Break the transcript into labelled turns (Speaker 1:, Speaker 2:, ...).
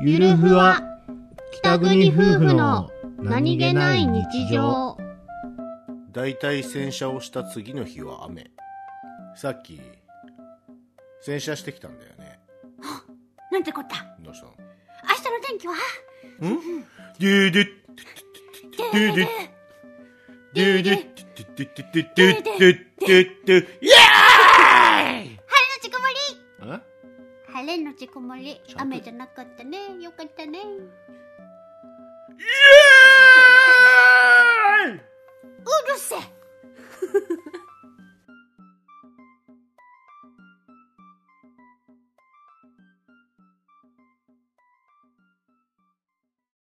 Speaker 1: ゆるふわ北国夫婦の
Speaker 2: 大体洗車をした次の日は雨さっき洗車してきたんだよね
Speaker 3: なんてこった
Speaker 2: どうしたの
Speaker 3: 明日の天気は
Speaker 2: んデューデュッデューデュッデューデュッデューデュッデューデュッデューデュッデュッイエーイ
Speaker 3: 晴れのち曇り
Speaker 2: え
Speaker 3: 晴れのち曇り
Speaker 2: ちゃんと
Speaker 3: 雨じゃなかったねよかったね
Speaker 2: イエ